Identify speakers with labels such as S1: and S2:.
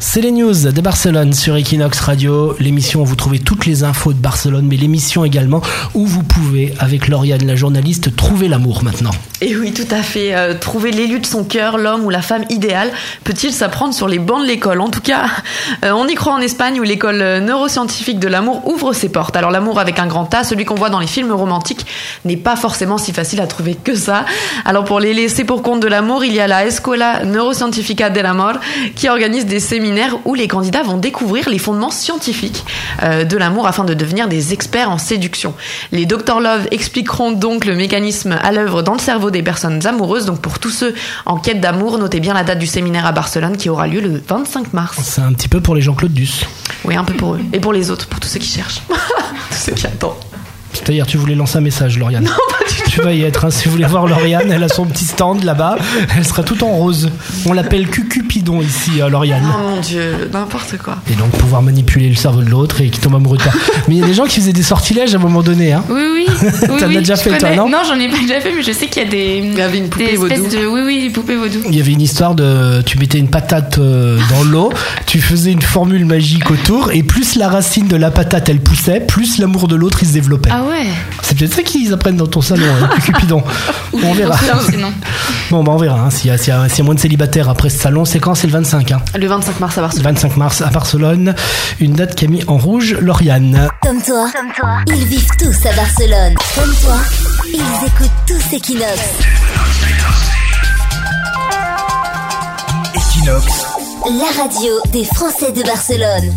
S1: C'est les news de Barcelone sur Equinox Radio, l'émission où vous trouvez toutes les infos de Barcelone, mais l'émission également où vous pouvez, avec Lauriane la journaliste, trouver l'amour maintenant.
S2: Et oui, tout à fait. Euh, trouver l'élu de son cœur, l'homme ou la femme idéale, peut-il s'apprendre sur les bancs de l'école En tout cas, euh, on y croit en Espagne où l'école euh, neuroscientifique de l'amour ouvre ses portes. Alors l'amour avec un grand A, celui qu'on voit dans les films romantiques, n'est pas forcément si facile à trouver que ça. Alors pour les laisser pour compte de l'amour, il y a la Escola Neuroscientifica del Amor qui organise des séminaires où les candidats vont découvrir les fondements scientifiques euh, de l'amour afin de devenir des experts en séduction. Les Dr Love expliqueront donc le mécanisme à l'œuvre dans le cerveau des personnes amoureuses. Donc pour tous ceux en quête d'amour, notez bien la date du séminaire à Barcelone qui aura lieu le 25 mars.
S1: C'est un petit peu pour les Jean-Claude Duss.
S2: Oui, un peu pour eux. Et pour les autres, pour tous ceux qui cherchent. tous ceux qui attendent.
S1: C'est-à-dire, tu voulais lancer un message, Lauriane
S2: Non, pas du tout.
S1: Tu vas y être. hein. Si vous voulez voir Lauriane, elle a son petit stand là-bas. Elle sera tout en rose. On l'appelle Cucupidon ici, euh, Lauriane.
S2: Oh mon dieu, n'importe quoi.
S1: Et donc pouvoir manipuler le cerveau de l'autre et qui tombe amoureux de toi. Mais il y a des gens qui faisaient des sortilèges à un moment donné. Hein.
S3: Oui, oui. oui
S1: T'en as
S3: oui,
S1: déjà
S3: je
S1: fait, toi,
S3: connais.
S1: non
S3: Non, j'en ai pas déjà fait, mais je sais qu'il y a des.
S2: y avait une poupée
S3: des espèces
S2: vaudou.
S3: De, oui, oui, des poupées vaudou.
S1: Il y avait une histoire de tu mettais une patate euh, dans l'eau, tu faisais une formule magique autour et plus la racine de la patate elle poussait, plus l'amour de l'autre il se développait.
S3: Ah ouais
S1: C'est peut-être ça qu'ils apprennent dans ton salon, hein, Cupidon.
S3: Ou
S1: on
S3: des
S1: verra.
S3: posters, sinon.
S1: Bon bah on verra. hein. S'il y, a- s'il y a- s'il y a moins de célibataires après ce salon, c'est quand C'est le 25. Hein.
S2: Le 25 mars à
S1: Le
S2: Barcelone.
S1: 25 mars à Barcelone, une date qu'a mis en rouge Lauriane.
S4: Comme toi, ils vivent tous à Barcelone. Comme toi, ils écoutent tous Equinox.
S5: Equinox.
S4: La radio des Français de Barcelone.